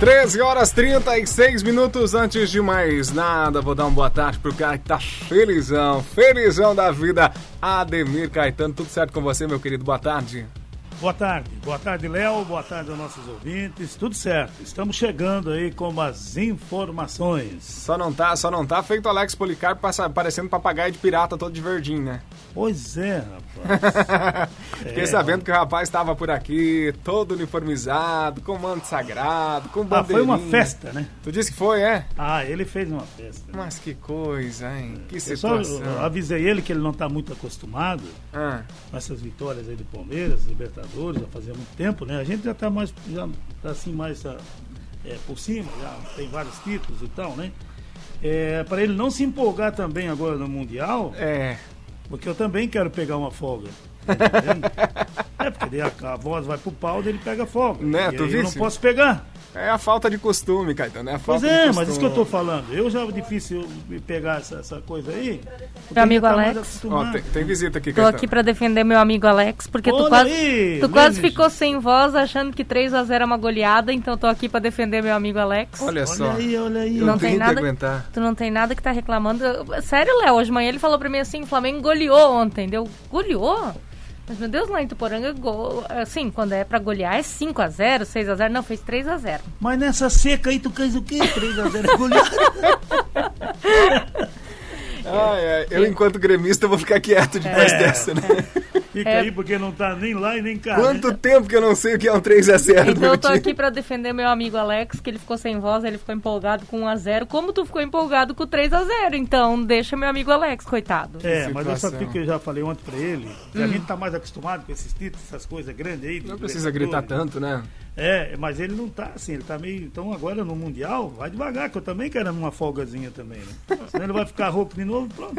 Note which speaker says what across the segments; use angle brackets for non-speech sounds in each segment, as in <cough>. Speaker 1: 13 horas 36 minutos. Antes de mais nada, vou dar uma boa tarde pro cara que tá felizão, felizão da vida, Ademir Caetano. Tudo certo com você, meu querido? Boa tarde.
Speaker 2: Boa tarde, boa tarde, Léo, boa tarde aos nossos ouvintes, tudo certo. Estamos chegando aí com as informações.
Speaker 1: Só não tá, só não tá feito Alex Policarpo passa- parecendo papagaio de pirata todo de verdinho, né?
Speaker 2: Pois é,
Speaker 1: <laughs>
Speaker 2: rapaz.
Speaker 1: Fiquei
Speaker 2: É,
Speaker 1: sabendo que o rapaz estava por aqui, todo uniformizado, com manto sagrado, com
Speaker 2: Ah, foi
Speaker 1: bandeirinha.
Speaker 2: uma festa, né?
Speaker 1: Tu disse que foi, é?
Speaker 2: Ah, ele fez uma festa. né?
Speaker 1: Mas que coisa, hein? Que
Speaker 2: Eu É só
Speaker 1: situação.
Speaker 2: eu avisei ele que ele não está muito acostumado
Speaker 1: Ah,
Speaker 2: com essas vitórias aí do Palmeiras, Libertadores, já fazia muito tempo, né? A gente já está mais, já tá assim mais ah, é, por cima, já tem vários títulos e tal, né? Para ele não se empolgar também agora no Mundial,
Speaker 1: é.
Speaker 2: Porque eu também quero pegar uma folga. tá entendendo? é, porque daí a, a voz vai pro pau, daí ele pega folga.
Speaker 1: Né,
Speaker 2: e
Speaker 1: tu
Speaker 2: aí eu não
Speaker 1: visse?
Speaker 2: posso pegar.
Speaker 1: É a falta de costume, Caetano. É a
Speaker 2: Pois
Speaker 1: falta
Speaker 2: é,
Speaker 1: de
Speaker 2: mas isso que eu tô
Speaker 1: costume.
Speaker 2: falando. Eu já é difícil eu me pegar essa, essa coisa aí. porque
Speaker 3: Meu amigo
Speaker 2: ele mais
Speaker 3: Alex.
Speaker 1: Ó,
Speaker 2: acostumado.
Speaker 1: tem, tem visita aqui,
Speaker 3: Tô
Speaker 1: Caetano.
Speaker 3: aqui pra defender meu amigo Alex, porque tu
Speaker 2: Olha
Speaker 3: quase,
Speaker 2: aí,
Speaker 3: tu quase
Speaker 2: Lenin.
Speaker 3: ficou sem voz achando que 3 a 0 é uma goleada, então tô aqui pra defender meu amigo Alex.
Speaker 1: Olha só.
Speaker 2: Olha aí, olha aí.
Speaker 1: eu
Speaker 3: Não
Speaker 1: tenho
Speaker 3: tem
Speaker 1: que
Speaker 3: nada-
Speaker 1: aguentar.
Speaker 3: Tu não tem nada que tá reclamando. Eu- Sério, Léo, hoje de manhã ele falou pra mim assim, o Flamengo goleou ontem. Deu, goleou? Mas, meu Deus, lá em Tuporanga, go... assim, quando é pra golear é 5 a 0 6 a 0 não, fez 3
Speaker 1: <laughs>
Speaker 3: a 0
Speaker 2: Mas nessa seca aí tu fez o quê? 3x0
Speaker 3: <laughs>
Speaker 2: goleado.
Speaker 1: Ai, ai, eu, enquanto gremista, vou ficar quieto depois
Speaker 2: É.
Speaker 1: dessa, né?
Speaker 2: Fica
Speaker 3: É.
Speaker 2: aí porque não tá nem lá e nem cá. né?
Speaker 1: Quanto tempo que eu não sei o que é um 3x0 do
Speaker 3: Então
Speaker 1: meu
Speaker 3: eu tô
Speaker 1: time.
Speaker 3: aqui pra defender meu amigo Alex, que ele ficou sem voz, ele ficou empolgado com 1 a 0 como tu ficou empolgado com 3 a 0 então deixa meu amigo Alex, coitado.
Speaker 2: É, mas eu só
Speaker 1: situação.
Speaker 2: fico, eu já falei ontem pra ele, que a
Speaker 3: Hum.
Speaker 2: gente tá mais acostumado com esses títulos, essas coisas grandes aí.
Speaker 1: Não precisa gritar
Speaker 2: tanto.
Speaker 1: tanto, né?
Speaker 2: É, mas ele não tá assim, ele tá meio. Então agora no Mundial, vai devagar, que eu também quero uma folgazinha também, né? Senão ele vai ficar rouco de novo, pronto.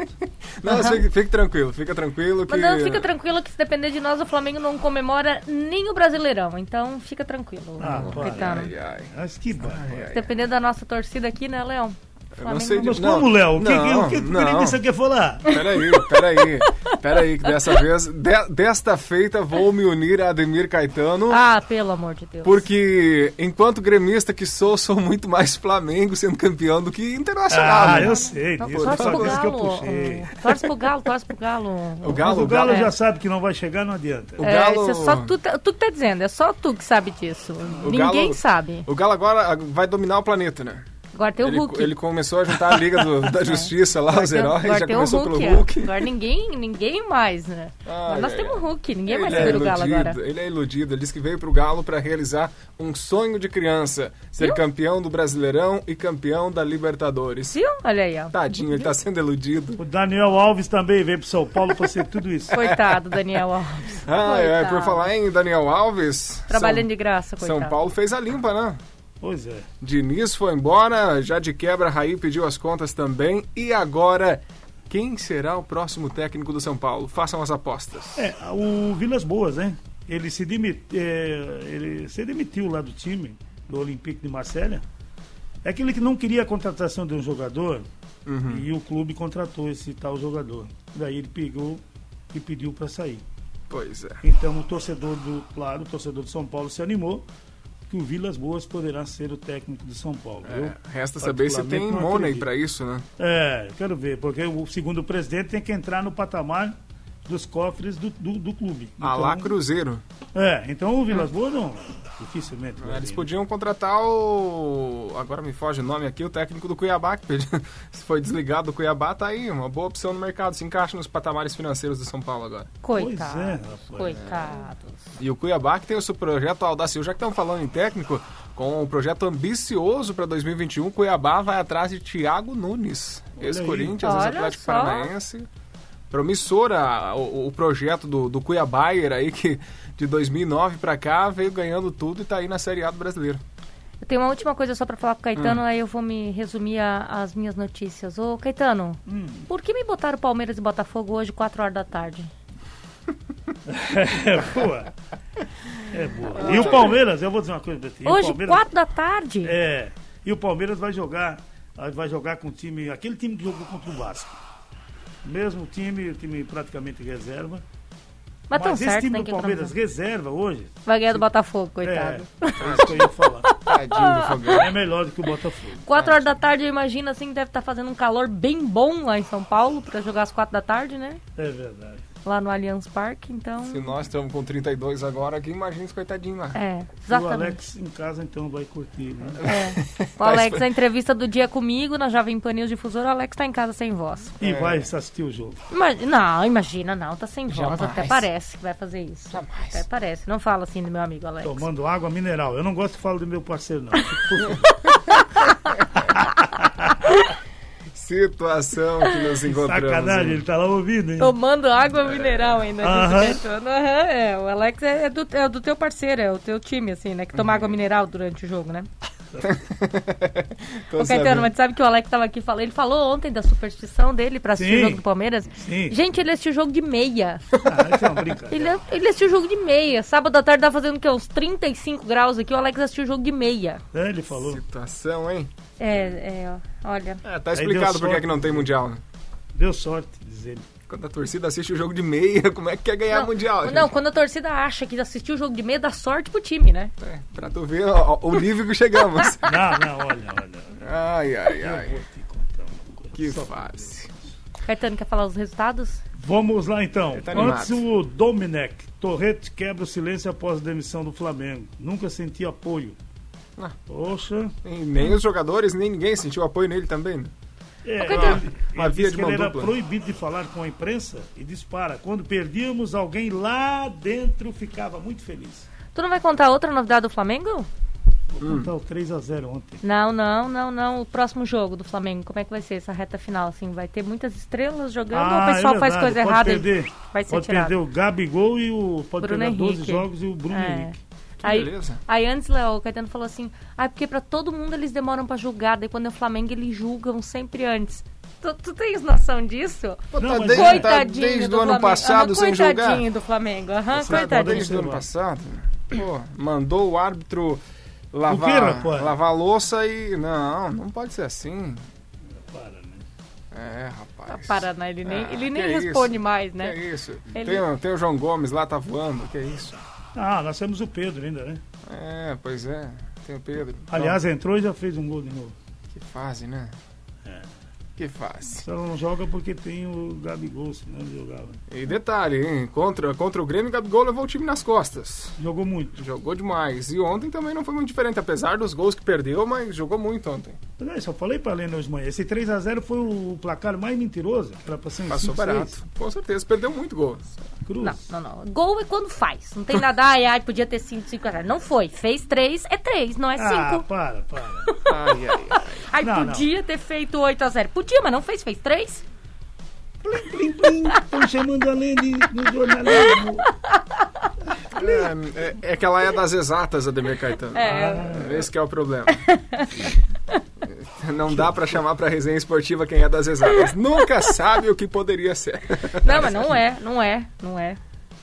Speaker 1: Não, fica, fica tranquilo, fica tranquilo. Que...
Speaker 3: Mas não, fica tranquilo que se depender de nós, o Flamengo não comemora nem o Brasileirão. Então fica tranquilo,
Speaker 2: Ah, para.
Speaker 3: Caetano.
Speaker 1: Ai, ai.
Speaker 2: Mas que barato.
Speaker 3: Se depender da nossa torcida aqui, né, Léo?
Speaker 1: Eu não sei
Speaker 2: Mas
Speaker 1: de- não,
Speaker 2: como, Léo? O que,
Speaker 1: não,
Speaker 2: o que, o que
Speaker 1: não.
Speaker 2: você quer falar?
Speaker 1: Peraí, peraí, peraí, que dessa vez, de- desta feita, vou me unir a Ademir Caetano,
Speaker 3: Ah, pelo amor de Deus.
Speaker 1: porque enquanto gremista que sou, sou muito mais Flamengo sendo campeão do que internacional.
Speaker 2: Ah,
Speaker 1: né?
Speaker 2: eu sei
Speaker 3: Não,
Speaker 2: disso,
Speaker 3: Então, torce
Speaker 2: só
Speaker 3: pro
Speaker 2: por isso que eu
Speaker 3: Galo.
Speaker 2: puxei.
Speaker 3: ô, Torce pro Galo, torce pro Galo.
Speaker 1: O
Speaker 2: Mas
Speaker 1: É. Galo,
Speaker 2: o Galo
Speaker 3: É.
Speaker 2: já sabe que não vai chegar, não adianta.
Speaker 1: O
Speaker 3: É,
Speaker 1: Galo-
Speaker 3: isso é só tu, tá- tu que tá dizendo, é só tu que sabe disso.
Speaker 1: o Galo-
Speaker 3: Ninguém sabe.
Speaker 1: O Galo agora vai dominar o planeta, né?
Speaker 3: Agora tem o
Speaker 1: Ele,
Speaker 3: Hulk. É.
Speaker 1: ele começou a juntar a Liga
Speaker 3: <laughs>
Speaker 1: do- da Justiça lá, os
Speaker 3: Agora-
Speaker 1: heróis,
Speaker 3: agora
Speaker 1: já
Speaker 3: tem
Speaker 1: começou
Speaker 3: o Hulk,
Speaker 1: pelo Hulk.
Speaker 3: é. Agora ninguém, ninguém mais, né? Agora
Speaker 1: Ai,
Speaker 3: nós
Speaker 1: ai,
Speaker 3: temos o Hulk, ninguém mais
Speaker 1: Ele é
Speaker 3: segura o Galo
Speaker 1: iludido,
Speaker 3: agora.
Speaker 1: Ele é iludido, ele disse que veio pro Galo para realizar um sonho de criança, ser
Speaker 3: Viu?
Speaker 1: campeão do Brasileirão e campeão da Libertadores.
Speaker 3: Viu? Olha aí, ó.
Speaker 1: Tadinho, ele tá sendo iludido.
Speaker 2: O Daniel Alves também veio pro São Paulo pra ser tudo isso.
Speaker 3: Coitado, Daniel Alves.
Speaker 1: Ah, é, por
Speaker 3: Coitado.
Speaker 1: falar em Daniel Alves,
Speaker 3: Trabalhando de
Speaker 1: São,
Speaker 3: graça, coitado.
Speaker 1: São Paulo fez a limpa, né?
Speaker 2: Pois é.
Speaker 1: Diniz foi embora, já de quebra, Raí pediu as contas também. E agora, quem será o próximo técnico do São Paulo? Façam as apostas.
Speaker 2: É, o Vilas Boas, né? Ele se, demi- é, ele se demitiu lá do time, do Olympique de Marselha. É aquele que não queria a contratação de um jogador
Speaker 1: Uhum.
Speaker 2: e o clube contratou esse tal jogador. Daí ele pegou e pediu para sair.
Speaker 1: Pois é.
Speaker 2: Então o torcedor do, claro, o torcedor de São Paulo se animou que o Vilas Boas poderá ser o técnico de São Paulo. Eu,
Speaker 1: É, Resta saber se tem
Speaker 2: particularmente, não
Speaker 1: money
Speaker 2: acredito.
Speaker 1: pra isso, né?
Speaker 2: é, quero ver, porque o segundo presidente tem que entrar no patamar dos cofres do, do, do clube.
Speaker 1: A lá
Speaker 2: Então,
Speaker 1: Cruzeiro.
Speaker 2: é, então o Vilas Boas não. Dificilmente. vai
Speaker 1: Eles
Speaker 2: vir.
Speaker 1: podiam contratar o. Agora me foge o nome aqui, o técnico do Cuiabá, que pedi- <laughs> se foi desligado do Cuiabá, tá aí, uma boa opção no mercado. Se encaixa nos patamares financeiros do São Paulo agora.
Speaker 3: Coitados,
Speaker 2: é, rapaz.
Speaker 3: coitados.
Speaker 1: E o Cuiabá que tem o seu projeto Audacil, já que estamos falando em técnico, com um projeto ambicioso para 2021, o um, Cuiabá vai atrás de Thiago Nunes,
Speaker 2: Olha
Speaker 1: ex-Corinthians,
Speaker 3: aí. Olha
Speaker 1: ex-Atlético
Speaker 3: só.
Speaker 1: Paranaense. Promissora o, o projeto do, do Cuiabá aí que de 2009 para cá veio ganhando tudo e tá aí na Série A do Brasileiro.
Speaker 3: Eu tenho uma última coisa só pra falar com
Speaker 1: Hum.
Speaker 3: o Caetano, aí eu vou me resumir a- as minhas notícias. Ô, Caetano,
Speaker 2: Hum.
Speaker 3: por que me botaram Palmeiras e Botafogo hoje, 4 horas da tarde?
Speaker 2: <laughs> É boa. É boa. E o Palmeiras, eu vou dizer uma coisa pra ti. E o
Speaker 3: hoje,
Speaker 2: Palmeiras-
Speaker 3: 4 da tarde?
Speaker 2: É. E o Palmeiras vai jogar, ah, vai jogar com o time, aquele time que jogou contra o Vasco. Mesmo time, o time praticamente reserva.
Speaker 3: Mas, tão
Speaker 2: esse
Speaker 3: certo,
Speaker 2: time
Speaker 3: tem
Speaker 2: do
Speaker 3: que
Speaker 2: Palmeiras
Speaker 3: economizar.
Speaker 2: reserva hoje.
Speaker 3: Vai ganhar do Botafogo, coitado.
Speaker 2: É, é isso que eu ia falar.
Speaker 1: Tadinho do
Speaker 3: <laughs>
Speaker 1: Fogão.
Speaker 2: É melhor do que o Botafogo.
Speaker 3: Quatro horas da tarde, eu imagino assim, que deve estar fazendo um calor bem bom lá em São Paulo, pra jogar às quatro da tarde, né?
Speaker 2: É verdade.
Speaker 3: Lá no Allianz Parque, então.
Speaker 1: Se nós estamos com 32 agora, que imagina os coitadinhos lá.
Speaker 3: É,
Speaker 2: E o
Speaker 3: exatamente.
Speaker 2: Alex em casa então vai curtir, né? <laughs>
Speaker 3: É. O Alex, a entrevista do dia comigo na Jovem Pan News Difusora, o Alex tá em casa sem voz.
Speaker 2: E vai assistir o jogo.
Speaker 3: Ima- não, imagina não, tá sem voz.
Speaker 1: Jamais.
Speaker 3: Até parece que vai fazer isso.
Speaker 1: Jamais.
Speaker 3: Até parece. Não fala assim do meu amigo Alex.
Speaker 2: Tomando água mineral. Eu não gosto de falar do meu parceiro, não.
Speaker 1: Situação que nos encontramos.
Speaker 2: Sacanagem,
Speaker 1: hein?
Speaker 2: ele tá lá ouvindo, hein?
Speaker 3: Tomando água mineral ainda.
Speaker 2: Aham.
Speaker 3: gente, tentando. Aham, é, o Alex é, é do, é do teu parceiro, é o teu time, assim, né? Que toma
Speaker 2: Uhum.
Speaker 3: água mineral durante o jogo, né?
Speaker 1: Tô
Speaker 2: é,
Speaker 3: Ô, Caetano,
Speaker 1: sabendo.
Speaker 3: mas sabe que o Alex tava aqui falando. Ele falou ontem da superstição dele pra assistir o
Speaker 2: Sim.
Speaker 3: jogo do Palmeiras.
Speaker 2: Sim.
Speaker 3: Gente, ele assistiu o jogo de meia.
Speaker 2: Ah, isso é
Speaker 1: <laughs>
Speaker 2: uma
Speaker 3: Ele,
Speaker 2: brincadeira.
Speaker 3: ele assistiu o jogo de meia. Sábado à tarde tá fazendo o quê? Uns 35 graus aqui. O Alex assistiu o jogo de meia.
Speaker 2: É, Ele falou.
Speaker 1: Situação, hein?
Speaker 3: É, é, ó, olha.
Speaker 1: É, tá
Speaker 2: Aí deu
Speaker 1: explicado por que
Speaker 2: sorte.
Speaker 1: é que não tem mundial, né?
Speaker 2: Deu sorte, diz ele.
Speaker 1: Quando a torcida assiste o jogo de meia, <laughs> como é que quer ganhar mundial? gente?
Speaker 3: não, quando a torcida acha que assistiu o jogo de meia, dá sorte pro time, né?
Speaker 1: É, pra tu ver ó, ó, o nível que
Speaker 3: <laughs>
Speaker 1: chegamos.
Speaker 2: Não, não, olha, olha. então.
Speaker 1: Ai, ai,
Speaker 2: Eu
Speaker 1: ai.
Speaker 2: vou te contar uma coisa.
Speaker 1: Que
Speaker 2: Só-
Speaker 1: fácil.
Speaker 3: Caetano, quer falar os resultados?
Speaker 2: Vamos lá então.
Speaker 1: Ele tá animado.
Speaker 2: Antes o Dominec. Torrete quebra o silêncio após a demissão do Flamengo. Nunca senti apoio.
Speaker 1: Ah.
Speaker 2: Poxa.
Speaker 1: Nem, nem os jogadores, nem ninguém sentiu apoio nele também. né?
Speaker 2: É,
Speaker 3: Caetano.
Speaker 2: ele,
Speaker 1: Uma
Speaker 2: ele
Speaker 1: via
Speaker 2: disse
Speaker 1: de
Speaker 2: que
Speaker 1: mão
Speaker 2: ele era
Speaker 1: dupla.
Speaker 2: proibido de falar com a imprensa e dispara. Quando perdíamos, alguém lá dentro ficava muito feliz.
Speaker 3: Tu não vai contar outra novidade do Flamengo?
Speaker 1: Hum.
Speaker 2: Vou contar o 3x0 ontem.
Speaker 3: Não, não, não, não. O próximo jogo do Flamengo, como é que vai ser essa reta final? Assim, vai ter muitas estrelas jogando ou o
Speaker 2: é
Speaker 3: pessoal faz
Speaker 2: verdade.
Speaker 3: coisa
Speaker 2: pode
Speaker 3: errada? e
Speaker 2: Perder.
Speaker 3: Vai ser
Speaker 2: pode
Speaker 3: tirado.
Speaker 2: perder o Gabigol e o. Pode
Speaker 3: Bruno
Speaker 2: perder 12
Speaker 3: Henrique.
Speaker 2: jogos e o Bruno
Speaker 3: É.
Speaker 2: Henrique.
Speaker 3: Aí,
Speaker 1: beleza.
Speaker 3: aí antes, Léo, o Caetano falou assim: ah, porque pra todo mundo eles demoram pra julgar, daí quando é o Flamengo eles julgam sempre antes. Tu, tu tens noção disso?
Speaker 1: Pô,
Speaker 2: Não,
Speaker 1: tá,
Speaker 2: mas- é
Speaker 1: desde, tá
Speaker 3: coitadinho
Speaker 1: desde
Speaker 3: do
Speaker 1: o ano
Speaker 3: Flamengo.
Speaker 1: passado
Speaker 3: Aham,
Speaker 1: sem jogar.
Speaker 3: Coitadinho do Flamengo, aham,
Speaker 1: Tá,
Speaker 3: coitadinho.
Speaker 1: Desde o ano passado. né? Pô, mandou o árbitro
Speaker 2: O quê,
Speaker 1: lavar,
Speaker 2: rapaz?
Speaker 1: lavar a louça e. Não, não pode ser assim.
Speaker 2: Para, né?
Speaker 1: É, rapaz.
Speaker 3: Para, né? Ele nem,
Speaker 1: Ah,
Speaker 3: ele nem
Speaker 1: que isso?
Speaker 3: responde mais, né?
Speaker 1: Que é isso?
Speaker 3: Ele-
Speaker 1: Tem, tem o João Gomes lá, tá voando. Que isso?
Speaker 2: Ah, nós temos o Pedro ainda, né?
Speaker 1: É, pois é. Tem o Pedro.
Speaker 2: Aliás, entrou e já fez um gol de novo.
Speaker 1: Então, que fase, né?
Speaker 2: É.
Speaker 1: Que fase.
Speaker 2: Só não joga porque tem o Gabigol, senão ele jogava.
Speaker 1: E detalhe, hein? Contra, contra o Grêmio, o Gabigol levou o time nas costas.
Speaker 2: Jogou muito.
Speaker 1: Jogou demais. E ontem também não foi muito diferente, apesar dos gols que perdeu, mas jogou muito ontem.
Speaker 2: Mas é, só falei pra Lena hoje de manhã. Esse 3x0 foi o placar mais mentiroso. Era pra ser um
Speaker 1: Passou
Speaker 2: 5-6.
Speaker 1: barato. Com certeza, perdeu muito gol.
Speaker 2: Cruz.
Speaker 3: Não, não, não. Gol é quando faz. Não tem nada, ai, ai, podia ter 5, 5 a 0. Não foi. Fez 3, é 3, não é 5.
Speaker 2: Ah, para, para.
Speaker 1: Ai, ai, ai.
Speaker 3: ai,
Speaker 2: não, não.
Speaker 3: podia ter feito 8 a 0. Podia, mas não fez, fez 3.
Speaker 2: Plim, plim. Estão chamando a Lene no jornalismo.
Speaker 1: É, é- é que ela é das exatas, Ademir Caetano.
Speaker 3: É.
Speaker 1: Esse que é o problema. Não dá pra chamar pra resenha esportiva quem é das exatas. Nunca sabe o que poderia ser.
Speaker 3: Não,
Speaker 1: <laughs>
Speaker 3: mas não é, não é, não é.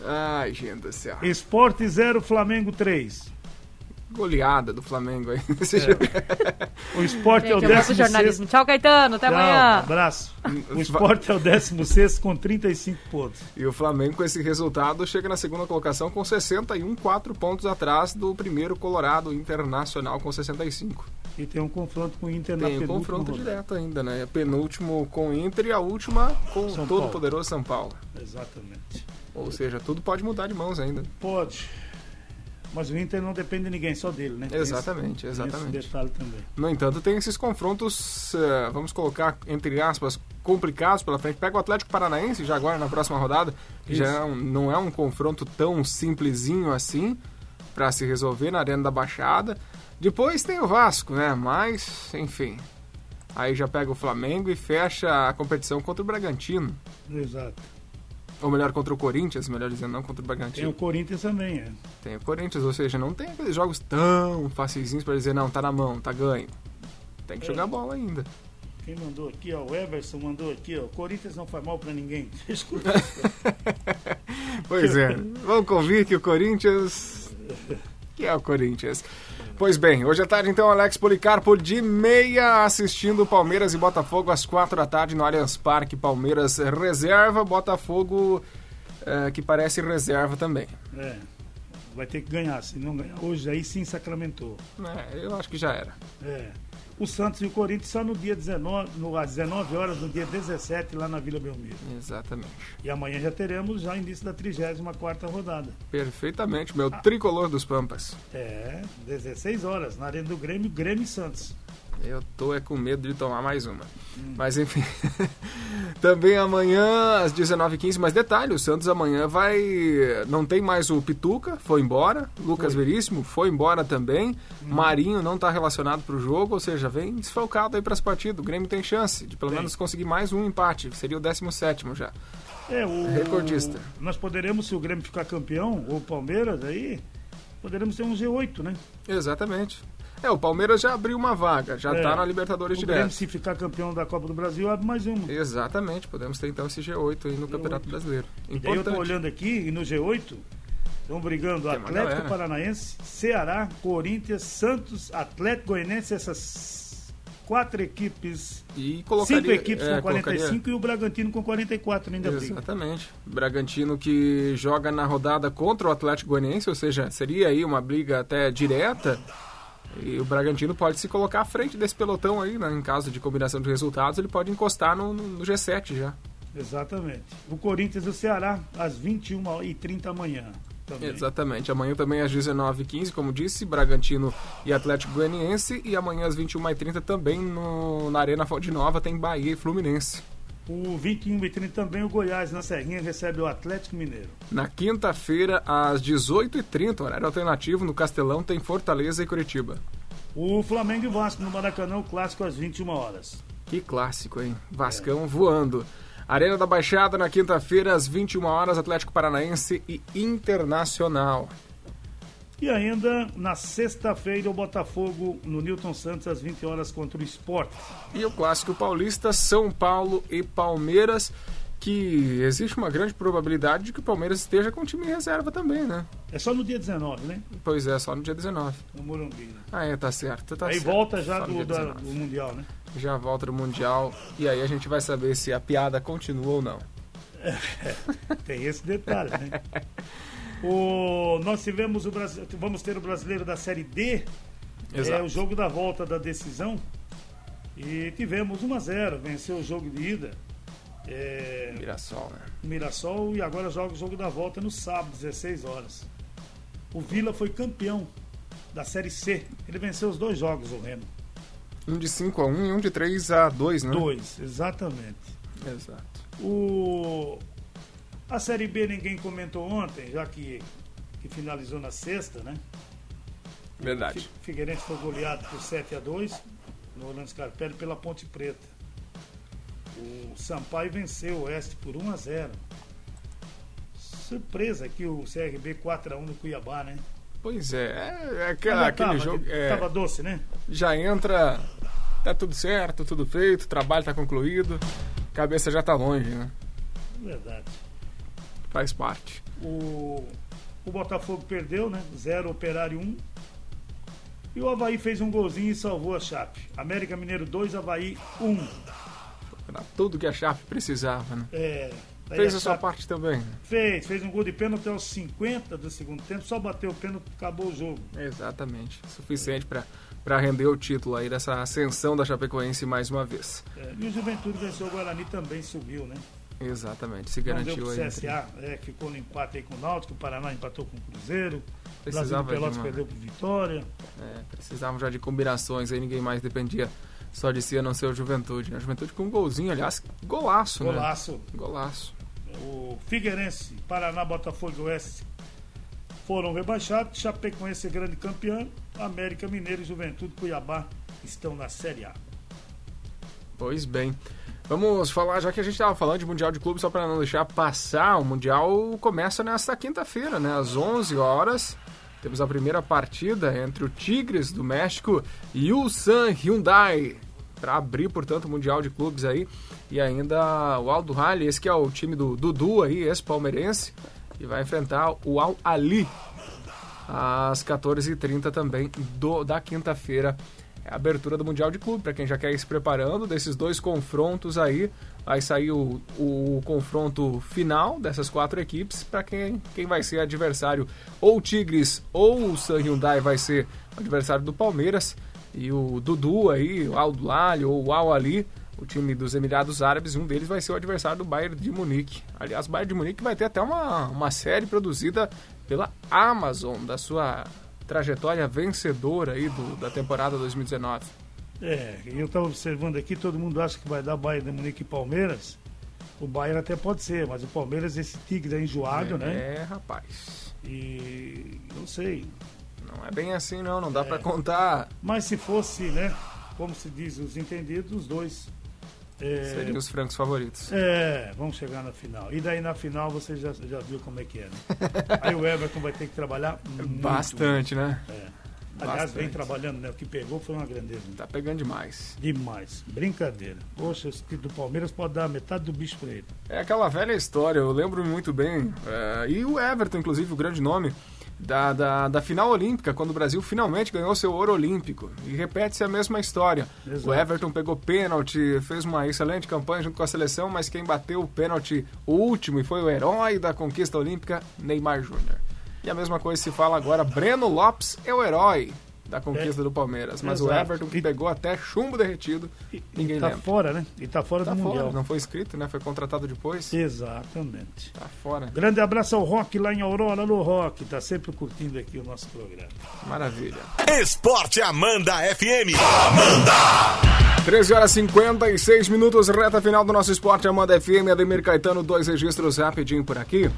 Speaker 1: Ai, gente do céu.
Speaker 2: Esporte 0, Flamengo 3.
Speaker 1: Goleada do Flamengo aí. <laughs>
Speaker 2: É.
Speaker 1: Esse jogo.
Speaker 2: O esporte é o
Speaker 3: Gente, eu gosto
Speaker 2: 16
Speaker 3: do um jornalismo. Tchau, Caetano. Até
Speaker 2: Tchau,
Speaker 3: amanhã.
Speaker 2: abraço.
Speaker 1: Hum,
Speaker 2: O esporte é o 16 com 35 pontos.
Speaker 1: E o Flamengo, com esse resultado, chega na segunda colocação com 61, 4 pontos atrás do primeiro Colorado Internacional com 65.
Speaker 2: E tem um confronto com o Inter na
Speaker 1: Tem o
Speaker 2: penúltima
Speaker 1: confronto
Speaker 2: rodada.
Speaker 1: direto ainda, né? Penúltimo com o Inter e a última com o
Speaker 2: São Paulo.
Speaker 1: todo-poderoso São Paulo.
Speaker 2: Exatamente.
Speaker 1: Ou seja, tudo pode mudar de mãos ainda.
Speaker 2: Pode. Mas o Inter não depende de ninguém, só dele, né? Tem esse-
Speaker 1: Exatamente,
Speaker 2: tem
Speaker 1: exatamente.
Speaker 2: Esse detalhe também.
Speaker 1: No entanto, tem esses confrontos, eh, vamos colocar entre aspas, complicados pela frente. Pega o Atlético Paranaense já agora na próxima rodada, que já é um- não é um confronto tão simplesinho assim para se resolver na Arena da Baixada. Depois tem o Vasco, né? Mas, enfim. Aí já pega o Flamengo e fecha a competição contra o Bragantino.
Speaker 2: Exato.
Speaker 1: Ou melhor, contra o Corinthians, melhor dizendo, não contra o
Speaker 2: Tem
Speaker 1: Bragantino.
Speaker 2: o Corinthians também, é.
Speaker 1: Tem o Corinthians, ou seja, não tem aqueles jogos tão facilzinhos pra dizer, não, tá na mão, tá ganho. Tem que jogar bola ainda.
Speaker 2: Quem mandou aqui, ó, o Everson mandou aqui, ó. Corinthians não faz mal pra ninguém. <laughs>
Speaker 1: <laughs>
Speaker 2: Escuta.
Speaker 1: Pois é, vamos convir que o Corinthians. Que é o Corinthians. Pois bem, hoje à tarde então Alex Policarpo de meia assistindo Palmeiras e Botafogo às quatro da tarde no Allianz Parque. Palmeiras reserva, Botafogo eh, que parece reserva também.
Speaker 2: É. Vai ter que ganhar. Se não ganhar hoje, aí sim sacramentou.
Speaker 1: É, eu acho que já era.
Speaker 2: É. O Santos e o Corinthians só no dia 19, no, às 19 horas, no dia 17, lá na Vila Belmiro.
Speaker 1: Exatamente.
Speaker 2: E amanhã já teremos já início da 34 rodada.
Speaker 1: Perfeitamente. Meu tricolor dos Pampas.
Speaker 2: É, 16 horas, na Arena do Grêmio, Grêmio e Santos.
Speaker 1: Eu tô é com medo de tomar mais uma. Mas enfim. <laughs> Também amanhã, às 19h15, mais detalhe, o Santos amanhã vai. Não tem mais o Pituca, foi embora. Lucas Veríssimo foi embora também.
Speaker 2: Uhum.
Speaker 1: Marinho não tá relacionado pro jogo, ou seja, vem desfalcado aí pras partidas. O Grêmio tem chance de pelo
Speaker 2: Tem.
Speaker 1: menos conseguir mais um empate. Seria o 17 já.
Speaker 2: É, o.
Speaker 1: Recordista.
Speaker 2: Nós poderemos, se o Grêmio ficar campeão, ou o Palmeiras, aí, poderemos ter um G8, né?
Speaker 1: Exatamente. É, o Palmeiras já abriu uma vaga, já
Speaker 2: É.
Speaker 1: tá na Libertadores
Speaker 2: O Grêmio,
Speaker 1: direto.
Speaker 2: se ficar campeão da Copa do Brasil, abre mais uma.
Speaker 1: Exatamente, podemos ter então esse G8 aí no Campeonato Brasileiro.
Speaker 2: E daí eu tô
Speaker 1: Importante.
Speaker 2: olhando aqui e no G8 estão brigando
Speaker 1: uma
Speaker 2: Atlético
Speaker 1: galera.
Speaker 2: Paranaense, Ceará, Corinthians, Santos, Atlético Goianense, essas quatro equipes,
Speaker 1: E
Speaker 2: cinco
Speaker 1: colocaria,
Speaker 2: equipes
Speaker 1: é,
Speaker 2: com 45
Speaker 1: colocaria-
Speaker 2: e o Bragantino com 44 ainda briga.
Speaker 1: Exatamente. Bragantino que joga na rodada contra o Atlético Goianiense, ou seja, seria aí uma briga até direta. E o Bragantino pode se colocar à frente desse pelotão aí, né? Em caso de combinação de resultados, ele pode encostar no, no- no G7 já.
Speaker 2: Exatamente. O Corinthians e o Ceará às 21h30 amanhã. Também.
Speaker 1: Exatamente. Amanhã também às 19h15, como disse, Bragantino e Atlético Goianiense. E amanhã às 21h30 também no, na Arena Fonte Nova tem Bahia e Fluminense.
Speaker 2: O 21h30 também o Goiás na Serrinha recebe o Atlético Mineiro.
Speaker 1: Na quinta-feira, às 18h30, horário alternativo, no Castelão tem Fortaleza e Curitiba.
Speaker 2: O Flamengo e Vasco no Maracanã, o clássico às 21 horas.
Speaker 1: Que clássico, hein? Vascão
Speaker 2: É.
Speaker 1: voando. Arena da Baixada na quinta-feira às 21 horas, Atlético Paranaense e Internacional.
Speaker 2: E ainda na sexta-feira o Botafogo no Newton Santos às 20 horas contra o Sport.
Speaker 1: E o clássico paulista São Paulo e Palmeiras, que existe uma grande probabilidade de que o Palmeiras esteja com o time em reserva também, né?
Speaker 2: É só no dia 19, né?
Speaker 1: Pois é, só no dia 19.
Speaker 2: No Morumbi. né?
Speaker 1: Ah, é, tá certo, tá
Speaker 2: Aí
Speaker 1: certo.
Speaker 2: volta já
Speaker 1: Só no
Speaker 2: do,
Speaker 1: dia
Speaker 2: da-
Speaker 1: 19.
Speaker 2: do Mundial, né?
Speaker 1: Já volta do Mundial e aí a gente vai saber se a piada continua ou não.
Speaker 2: Tem esse detalhe,
Speaker 1: <laughs>
Speaker 2: né? O, nós tivemos o Brasi- vamos ter o brasileiro da Série D, é o jogo da volta da decisão. E tivemos 1 a 0 venceu o jogo de ida. É,
Speaker 1: Mirassol, né?
Speaker 2: no Mirassol e agora joga o jogo da volta no sábado, 16 horas. O Vila foi campeão da Série C. Ele venceu os dois jogos, o Remo.
Speaker 1: Um de 5 a 1 e um de 3 a 2, né?
Speaker 2: Dois, exatamente.
Speaker 1: Exato.
Speaker 2: O... A Série B ninguém comentou ontem, já que, que finalizou na sexta, né?
Speaker 1: Verdade.
Speaker 2: Fi- Figueirense foi goleado por 7 a 2 no Orlando Scarpelli pela Ponte Preta. O Sampaio venceu o Oeste por 1 a 0. Surpresa aqui o CRB 4 a 1 no Cuiabá, né?
Speaker 1: Pois é, é, é
Speaker 2: Mas
Speaker 1: aquela-
Speaker 2: já
Speaker 1: aquele
Speaker 2: tava,
Speaker 1: jogo. é,
Speaker 2: Tava doce, né?
Speaker 1: já entra, tá tudo certo, tudo feito, o trabalho tá concluído, cabeça já tá longe, né?
Speaker 2: Verdade.
Speaker 1: Faz parte.
Speaker 2: O, o Botafogo perdeu, né? Zero Operário 1. E o Havaí fez um golzinho e salvou a Chape. América Mineiro 2, Havaí 1.
Speaker 1: Era tudo que a Chape precisava, né?
Speaker 2: É, daí
Speaker 1: Fez
Speaker 2: a
Speaker 1: a sua
Speaker 2: Chape
Speaker 1: parte também. né?
Speaker 2: Fez, fez um gol de pênalti aos 50 do segundo tempo, só bateu o pênalti, acabou o jogo.
Speaker 1: Exatamente. Suficiente pra para render o título aí dessa ascensão da Chapecoense mais uma vez.
Speaker 2: É, e o Juventude venceu o Guarani também, subiu, né?
Speaker 1: Exatamente, se
Speaker 2: Não deu
Speaker 1: garantiu
Speaker 2: pro
Speaker 1: aí. né?
Speaker 2: CSA, é, ficou no empate aí com o Náutico, o Paraná empatou com o Cruzeiro, o Brasil
Speaker 1: Precisava
Speaker 2: de
Speaker 1: de
Speaker 2: Pelotas
Speaker 1: uma-
Speaker 2: perdeu pro Vitória.
Speaker 1: É, precisavam já de combinações aí, ninguém mais dependia só de si a não ser o Juventude. né? A Juventude com um golzinho, aliás, golaço, né?
Speaker 2: Golaço.
Speaker 1: Golaço.
Speaker 2: O Figueirense, Paraná, Botafogo e Oeste foram rebaixados. Chapecoense é grande campeão. América Mineiro, Juventude, Cuiabá estão na Série A.
Speaker 1: Pois bem. Vamos falar, já que a gente estava falando de Mundial de Clube, só para não deixar passar, o Mundial começa nesta quinta-feira, né? Às 11 horas. Temos a primeira partida entre o Tigres do México e o San Hyundai. Para abrir, portanto, o Mundial de Clubes aí. E ainda o Aldo Rally, esse que é o time do Dudu aí, ex-palmeirense, que vai enfrentar o Al Ali às 14h30 também do- da quinta-feira. é a abertura do Mundial de Clube, para quem já quer ir se preparando desses dois confrontos aí. Vai sair o, o confronto final dessas quatro equipes para quem, quem vai ser adversário. Ou o Tigres ou o San Hyundai vai ser adversário do Palmeiras. E o Dudu aí, o Aldulali ou o Al Ali, o time dos Emirados Árabes, um deles vai ser o adversário do Bayern de Munique. Aliás, o Bayern de Munique vai ter até uma, uma série produzida pela Amazon, da sua trajetória vencedora aí do, da temporada 2019.
Speaker 2: É, eu estava observando aqui, todo mundo acha que vai dar Bayern de Munique e Palmeiras. O Bayern até pode ser, mas o Palmeiras, esse tigre é enjoado,
Speaker 1: é,
Speaker 2: né?
Speaker 1: É, rapaz.
Speaker 2: E não sei.
Speaker 1: Não é bem assim, não, não dá pra para contar.
Speaker 2: Mas se fosse, né? Como se diz os entendidos, os dois. é,
Speaker 1: Seriam os francos favoritos.
Speaker 2: É, vamos chegar na final. E daí na final você já, já viu como é que é,
Speaker 1: <laughs>
Speaker 2: né? Aí o Everton vai ter que trabalhar muito.
Speaker 1: Bastante, né?
Speaker 2: É. Aliás, vem
Speaker 1: Bastante.
Speaker 2: trabalhando, né? O que pegou foi uma grandeza. né?
Speaker 1: Tá pegando demais.
Speaker 2: Demais. Brincadeira. Poxa, esse time do Palmeiras pode dar metade do bicho pra ele.
Speaker 1: É aquela velha história, eu lembro muito bem. É, e o Everton, inclusive, o grande nome da, da, da final olímpica, quando o Brasil finalmente ganhou seu ouro olímpico. E repete-se a mesma história.
Speaker 2: Exato.
Speaker 1: O Everton pegou pênalti, fez uma excelente campanha junto com a seleção, mas quem bateu o pênalti o último e foi o herói da conquista olímpica, Neymar Júnior. E a mesma coisa se fala agora, Breno Lopes é o herói da conquista
Speaker 2: É.
Speaker 1: do Palmeiras. Mas o
Speaker 2: Exato.
Speaker 1: Everton que
Speaker 2: E-
Speaker 1: pegou até chumbo derretido,
Speaker 2: E, e
Speaker 1: ninguém
Speaker 2: tá
Speaker 1: lembra.
Speaker 2: fora, né? E tá fora
Speaker 1: Tá
Speaker 2: do
Speaker 1: fora,
Speaker 2: Mundial.
Speaker 1: não foi escrito, né? Foi contratado depois.
Speaker 2: Exatamente.
Speaker 1: Tá fora.
Speaker 2: Grande abraço ao Rock lá em Aurora, no Rock. Tá sempre curtindo aqui o nosso programa.
Speaker 1: Maravilha.
Speaker 4: Esporte Amanda FM.
Speaker 1: 13 horas 56 minutos, reta final do nosso esporte. Amanda FM, Ademir Caetano, dois registros rapidinho por aqui.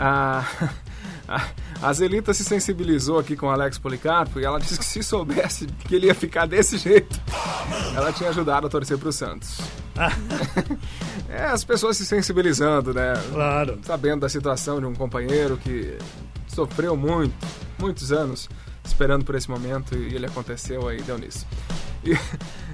Speaker 1: A, <laughs> a, a Zelita se sensibilizou aqui com o Alex Policarpo e ela disse que se soubesse que ele ia ficar desse jeito, ela tinha ajudado a torcer pro Santos. <laughs> É, as pessoas se sensibilizando, né?
Speaker 2: Claro.
Speaker 1: sabendo da situação de um companheiro que sofreu muito, muitos anos esperando por esse momento e ele aconteceu aí, deu nisso. E,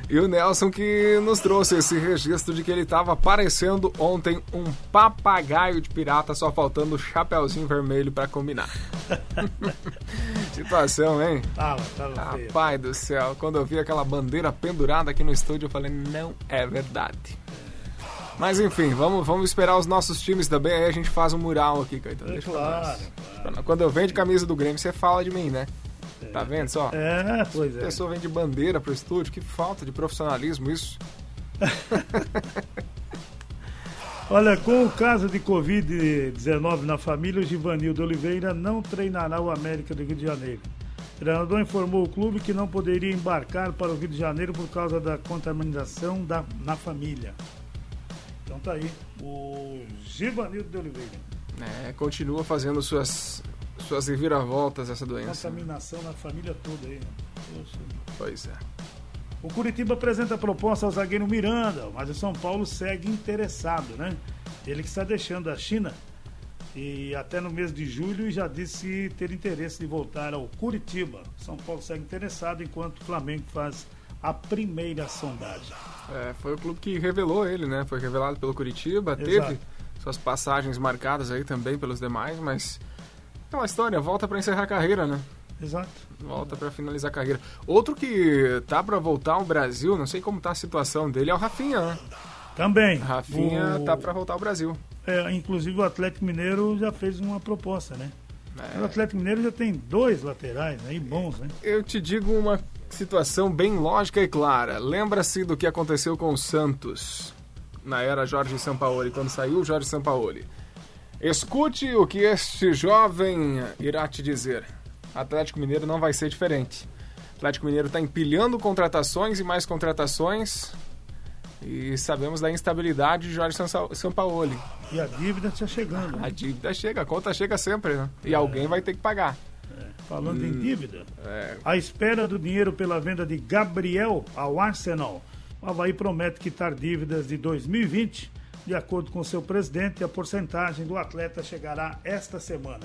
Speaker 1: <laughs> e o Nelson que nos trouxe esse registro de que ele estava parecendo ontem um papagaio de pirata, só faltando o chapéuzinho vermelho para combinar. <laughs> situação, hein?
Speaker 2: Tava, tava feio.
Speaker 1: Rapaz do céu, quando eu vi aquela bandeira pendurada aqui no estúdio, eu falei, não é verdade. Mas enfim, vamos, vamos esperar os nossos times também, aí a gente faz um mural aqui, Caetano.
Speaker 2: É
Speaker 1: Deixa eu
Speaker 2: claro.
Speaker 1: falar. Quando eu venho de camisa do Grêmio, você fala de mim, né? Tá vendo só? A
Speaker 2: É, pois é.
Speaker 1: pessoa vem de bandeira pro estúdio, que falta de profissionalismo isso.
Speaker 2: Olha, com o caso de Covid-19 na família, o Givanildo Oliveira não treinará o América do Rio de Janeiro. O treinador informou o clube que não poderia embarcar para o Rio de Janeiro por causa da contaminação da, na família. Então tá aí, o Givanildo de Oliveira.
Speaker 1: É, continua fazendo suas, suas reviravoltas essa doença.
Speaker 2: Contaminação na família toda aí. né? Poxa.
Speaker 1: Pois é.
Speaker 2: O Curitiba apresenta proposta ao zagueiro Miranda, mas o São Paulo segue interessado, né? Ele que está deixando a China e até no mês de julho já disse ter interesse de voltar ao Curitiba. São Paulo segue interessado enquanto o Flamengo faz a primeira sondagem.
Speaker 1: É, foi o clube que revelou ele, né? Foi revelado pelo Curitiba, teve suas passagens marcadas aí também pelos demais, mas aquela história, volta pra encerrar a carreira, né?
Speaker 2: Exato.
Speaker 1: Volta pra finalizar a carreira. Outro que tá pra voltar ao Brasil, não sei como tá a situação dele, é o Rafinha, né?
Speaker 2: Também.
Speaker 1: Rafinha
Speaker 2: o-
Speaker 1: tá pra voltar ao Brasil.
Speaker 2: é, inclusive o Atlético Mineiro já fez uma proposta, né?
Speaker 1: É.
Speaker 2: O Atlético Mineiro já tem dois laterais aí bons, né?
Speaker 1: Eu te digo uma situação bem lógica e clara. Lembra-se do que aconteceu com o Santos na era Jorge Sampaoli, quando saiu o Jorge Sampaoli. Escute o que este jovem irá te dizer. Atlético Mineiro não vai ser diferente. Atlético Mineiro está empilhando contratações e mais contratações. E sabemos da instabilidade de Jorge Sansa- Sampaoli.
Speaker 2: E a dívida está chegando.
Speaker 1: A dívida chega, a conta chega sempre, né? E alguém vai ter que pagar.
Speaker 2: Falando em dívida,
Speaker 1: Hum. É.
Speaker 2: à espera do dinheiro pela venda de Gabriel ao Arsenal, o Havaí promete quitar dívidas de 2020. De acordo com seu presidente, a porcentagem do atleta chegará esta semana,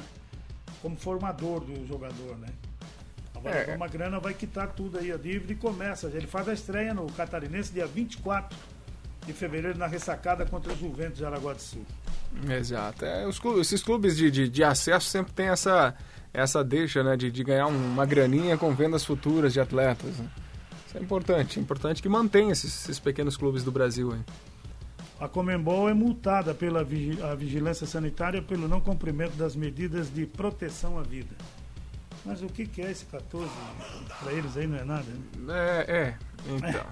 Speaker 2: como formador do jogador, né? Agora,
Speaker 1: É.
Speaker 2: uma grana vai quitar tudo aí, a dívida, e começa. Ele faz a estreia no Catarinense dia 24 de fevereiro, na ressacada contra o Juventus de Araguá do Sul.
Speaker 1: Exato. É, os clubes- esses clubes de, de, de acesso sempre tem essa, essa deixa, né? De, de ganhar um- uma graninha com vendas futuras de atletas. né? Isso é importante. É importante que mantenha esses, esses pequenos clubes do Brasil aí.
Speaker 2: A Comembol é multada pela vigi- a vigilância sanitária pelo não cumprimento das medidas de proteção à vida. Mas o que, que é esse 14? Para eles aí não é nada. né?
Speaker 1: É, é. Então,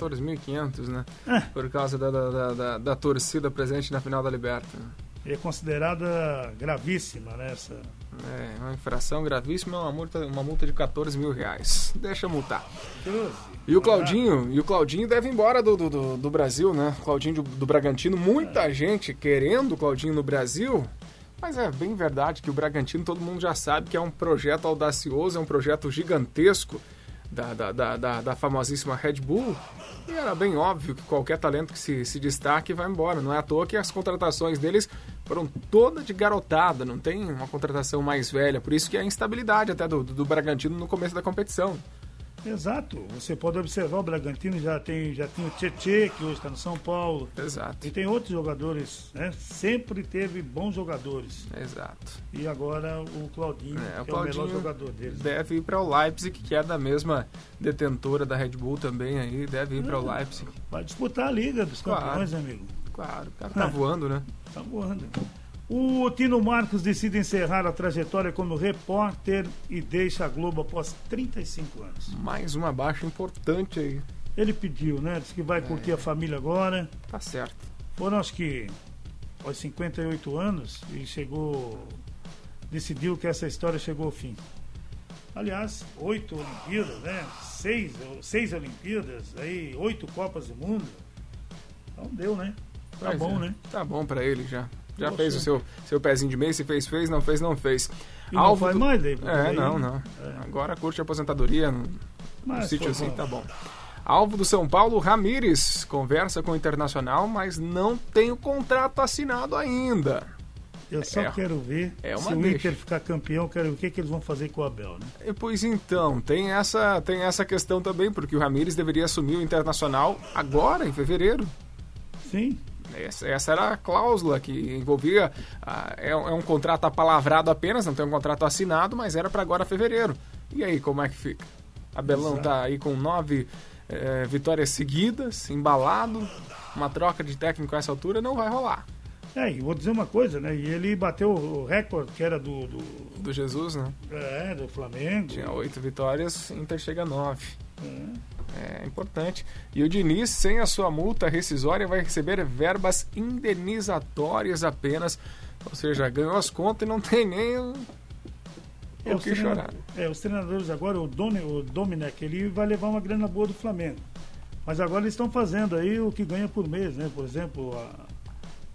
Speaker 1: 14.500, né? Por causa da, da, da, da- da torcida presente na final da Liberta. né?
Speaker 2: É considerada gravíssima né, nessa.
Speaker 1: É uma infração gravíssima, é uma multa, uma multa de 14 mil reais. Deixa multar.
Speaker 2: 12.
Speaker 1: E o Claudinho, e o Claudinho deve ir embora do, do, do- do Brasil, né? Claudinho do, do Bragantino, muita gente querendo o Claudinho no Brasil. Mas é bem verdade que o Bragantino, todo mundo já sabe que é um projeto audacioso, é um projeto gigantesco da, da, da, da, da famosíssima Red Bull. E era bem óbvio que qualquer talento que se, se destaque vai embora. Não é à toa que as contratações deles foram toda de garotada, não tem uma contratação mais velha. Por isso que é a instabilidade até do, do, do Bragantino no começo da competição.
Speaker 2: Exato. Você pode observar, o Bragantino já tem, já tem o Tietê, que hoje está no São Paulo.
Speaker 1: Exato,
Speaker 2: E tem outros jogadores, né? Sempre teve bons jogadores.
Speaker 1: exato.
Speaker 2: E agora o Claudinho,
Speaker 1: É, o
Speaker 2: que é o melhor
Speaker 1: Claudinho
Speaker 2: jogador deles.
Speaker 1: Deve ir para o Leipzig, que é da mesma detentora da Red Bull também aí, deve ir para
Speaker 2: Hum.
Speaker 1: o Leipzig.
Speaker 2: Vai disputar a Liga dos
Speaker 1: Claro.
Speaker 2: Campeões, amigo.
Speaker 1: Claro, o cara tá voando, né?
Speaker 2: Tá voando. O Tino Marcos decide encerrar a trajetória como repórter e deixa a Globo após 35 anos.
Speaker 1: Mais uma baixa importante aí.
Speaker 2: Ele pediu, né? Disse que
Speaker 1: É.
Speaker 2: vai curtir a família agora.
Speaker 1: Tá certo.
Speaker 2: Foram acho que aos 58 anos e chegou. decidiu que essa história chegou ao fim. Aliás, oito Olimpíadas, né? Seis, seis Olimpíadas, aí oito Copas do Mundo. Então deu, né? Tá
Speaker 1: Pois
Speaker 2: bom,
Speaker 1: é.
Speaker 2: né?
Speaker 1: Tá bom para ele já. Já
Speaker 2: Nossa.
Speaker 1: fez o seu, seu pezinho de meia, se fez, fez, não fez, não fez.
Speaker 2: E não faz
Speaker 1: do-
Speaker 2: mais daí, porque
Speaker 1: É,
Speaker 2: daí-
Speaker 1: não, não.
Speaker 2: É.
Speaker 1: Agora curte a aposentadoria num num
Speaker 2: Mas
Speaker 1: sítio
Speaker 2: foi
Speaker 1: assim,
Speaker 2: bom.
Speaker 1: tá bom. Alvo do São Paulo, Ramires, conversa com o Internacional, mas não tem o contrato assinado ainda.
Speaker 2: Eu só
Speaker 1: É.
Speaker 2: quero ver
Speaker 1: É uma
Speaker 2: se o
Speaker 1: deixa.
Speaker 2: Inter ficar campeão, quero ver o que, que eles vão fazer com o Abel, né?
Speaker 1: E, Pois então, tem essa, tem essa questão também, porque o Ramires deveria assumir o Internacional agora, em fevereiro.
Speaker 2: Sim,
Speaker 1: Essa, essa era a cláusula que envolvia. ah, é, um- é um contrato apalavrado apenas, não tem um contrato assinado, mas era para agora, fevereiro. E aí, como é que fica? Abelão tá aí com nove eh, vitórias seguidas, embalado. Uma troca de técnico a essa altura não vai rolar.
Speaker 2: é, e vou dizer uma coisa, né? E ele bateu o recorde que era do, do,
Speaker 1: Do Jesus, né?
Speaker 2: é, do Flamengo.
Speaker 1: Tinha um oito vitórias, Inter chega a nove. É importante. E o Diniz, sem a sua multa rescisória, vai receber verbas indenizatórias apenas. Ou seja, ganhou as contas e não tem nem o,
Speaker 2: É,
Speaker 1: o
Speaker 2: os
Speaker 1: que chorar.
Speaker 2: treinadores- É, os treinadores agora, o, Doni, o Domenech, ele vai levar uma grana boa do Flamengo. Mas agora eles estão fazendo aí o que ganha por mês, né? Por exemplo, a,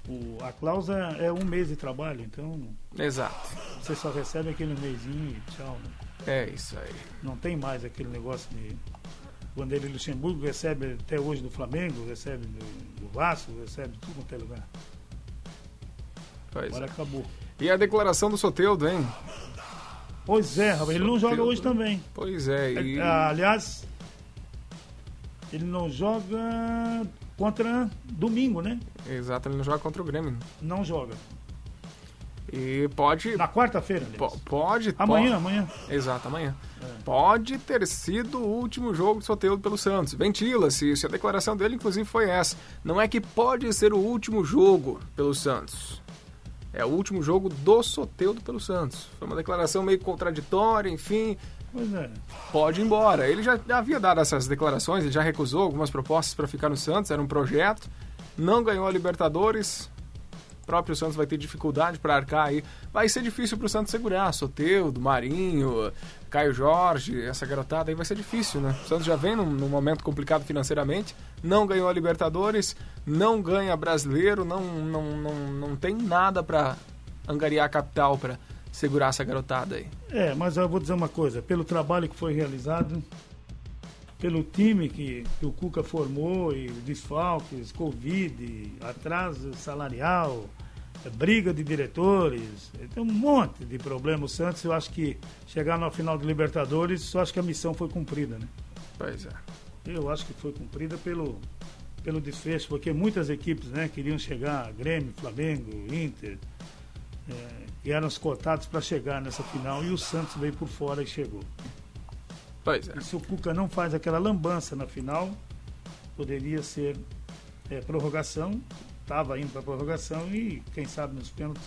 Speaker 2: o- a cláusula é um mês de trabalho, então
Speaker 1: Exato.
Speaker 2: você só recebe aquele mêsinho e tchau. né?
Speaker 1: É isso aí.
Speaker 2: Não tem mais aquele negócio de. Quando ele é Luxemburgo recebe até hoje do Flamengo, recebe do, do Vasco, recebe de tudo quanto é lugar.
Speaker 1: Pois
Speaker 2: Agora
Speaker 1: é.
Speaker 2: acabou.
Speaker 1: E a declaração do Soteudo, hein?
Speaker 2: Pois é, rapaz, ele não joga hoje também.
Speaker 1: Pois é. E...
Speaker 2: Ah, Aliás, ele não joga contra domingo, né?
Speaker 1: Exato, ele não joga contra o Grêmio.
Speaker 2: Não joga.
Speaker 1: E pode.
Speaker 2: Na quarta-feira, aliás.
Speaker 1: po- Pode.
Speaker 2: Amanhã, amanhã.
Speaker 1: Exato, amanhã. Pode ter sido o último jogo do Soteldo pelo Santos. Ventila-se isso. A declaração dele, inclusive, foi essa. Não é que pode ser o último jogo pelo Santos. É o último jogo do Soteldo pelo Santos. Foi uma declaração meio contraditória, enfim.
Speaker 2: Pois é.
Speaker 1: Pode ir embora. Ele já havia dado essas declarações, ele já recusou algumas propostas para ficar no Santos, era um projeto. Não ganhou a Libertadores. O próprio Santos vai ter dificuldade para arcar aí. Vai ser difícil para o Santos segurar. Soteudo, Marinho, Caio Jorge, essa garotada aí vai ser difícil, né? O Santos já vem num, num momento complicado financeiramente. Não ganhou a Libertadores, não ganha brasileiro, não, não, não, não tem nada para angariar capital para segurar essa garotada aí.
Speaker 2: É, mas eu vou dizer uma coisa. Pelo trabalho que foi realizado, pelo time que, que o Cuca formou, e desfalques, Covid, atraso salarial, eh, briga de diretores, eh, tem um monte de problema. O Santos, eu acho que chegar na final de Libertadores, eu acho que a missão foi cumprida, né?
Speaker 1: Pois é.
Speaker 2: Eu acho que foi cumprida pelo, pelo desfecho, porque muitas equipes né, queriam chegar, Grêmio, Flamengo, Inter, é, eh, e eram os cotados para chegar nessa final, e o Santos veio por fora e chegou.
Speaker 1: Pois é.
Speaker 2: E se o Cuca não faz aquela lambança na final, poderia ser é, prorrogação. Estava indo para prorrogação e, quem sabe, nos pênaltis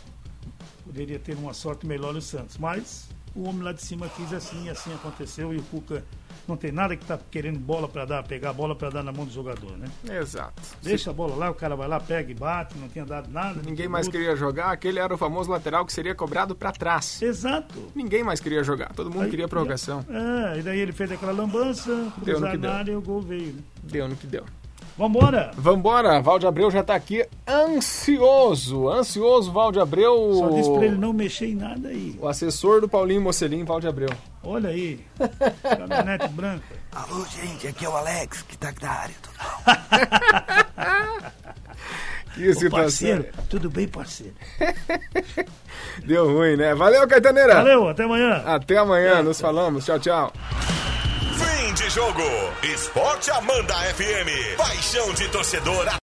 Speaker 2: poderia ter uma sorte melhor o Santos. Mas o homem lá de cima quis assim e assim aconteceu. E o Cuca não tem nada que está querendo bola para dar, pegar a bola para dar na mão do jogador, né?
Speaker 1: Exato.
Speaker 2: Deixa a bola lá, o cara vai lá, pega e bate, não tinha dado nada.
Speaker 1: Ninguém mais queria jogar, aquele era o famoso lateral que seria cobrado para trás.
Speaker 2: Exato.
Speaker 1: Ninguém mais queria jogar, todo mundo
Speaker 2: Aí-
Speaker 1: queria prorrogação.
Speaker 2: É, e daí ele fez aquela lambança,
Speaker 1: Deu no
Speaker 2: cruzar
Speaker 1: que deu.
Speaker 2: na área e o gol veio. Né?
Speaker 1: Deu no que deu.
Speaker 2: Vambora!
Speaker 1: Vambora, Valde Abreu já tá aqui ansioso, ansioso Valde Abreu.
Speaker 2: Só disse pra ele não mexer em nada aí.
Speaker 1: O assessor do Paulinho Mocelin, Valde Abreu.
Speaker 2: Olha aí. Caminhonete branca.
Speaker 5: Alô, gente, aqui é o Alex, que tá aqui na área. Tudo bom?
Speaker 1: Que tá
Speaker 2: Ô, parceiro, tudo bem, parceiro?
Speaker 1: Deu ruim, né? Valeu, Caetaneira.
Speaker 2: Valeu, É. até amanhã.
Speaker 1: Até amanhã, nos falamos. Tchau, tchau.
Speaker 4: Fim de jogo. Esporte Amanda FM. Paixão de torcedor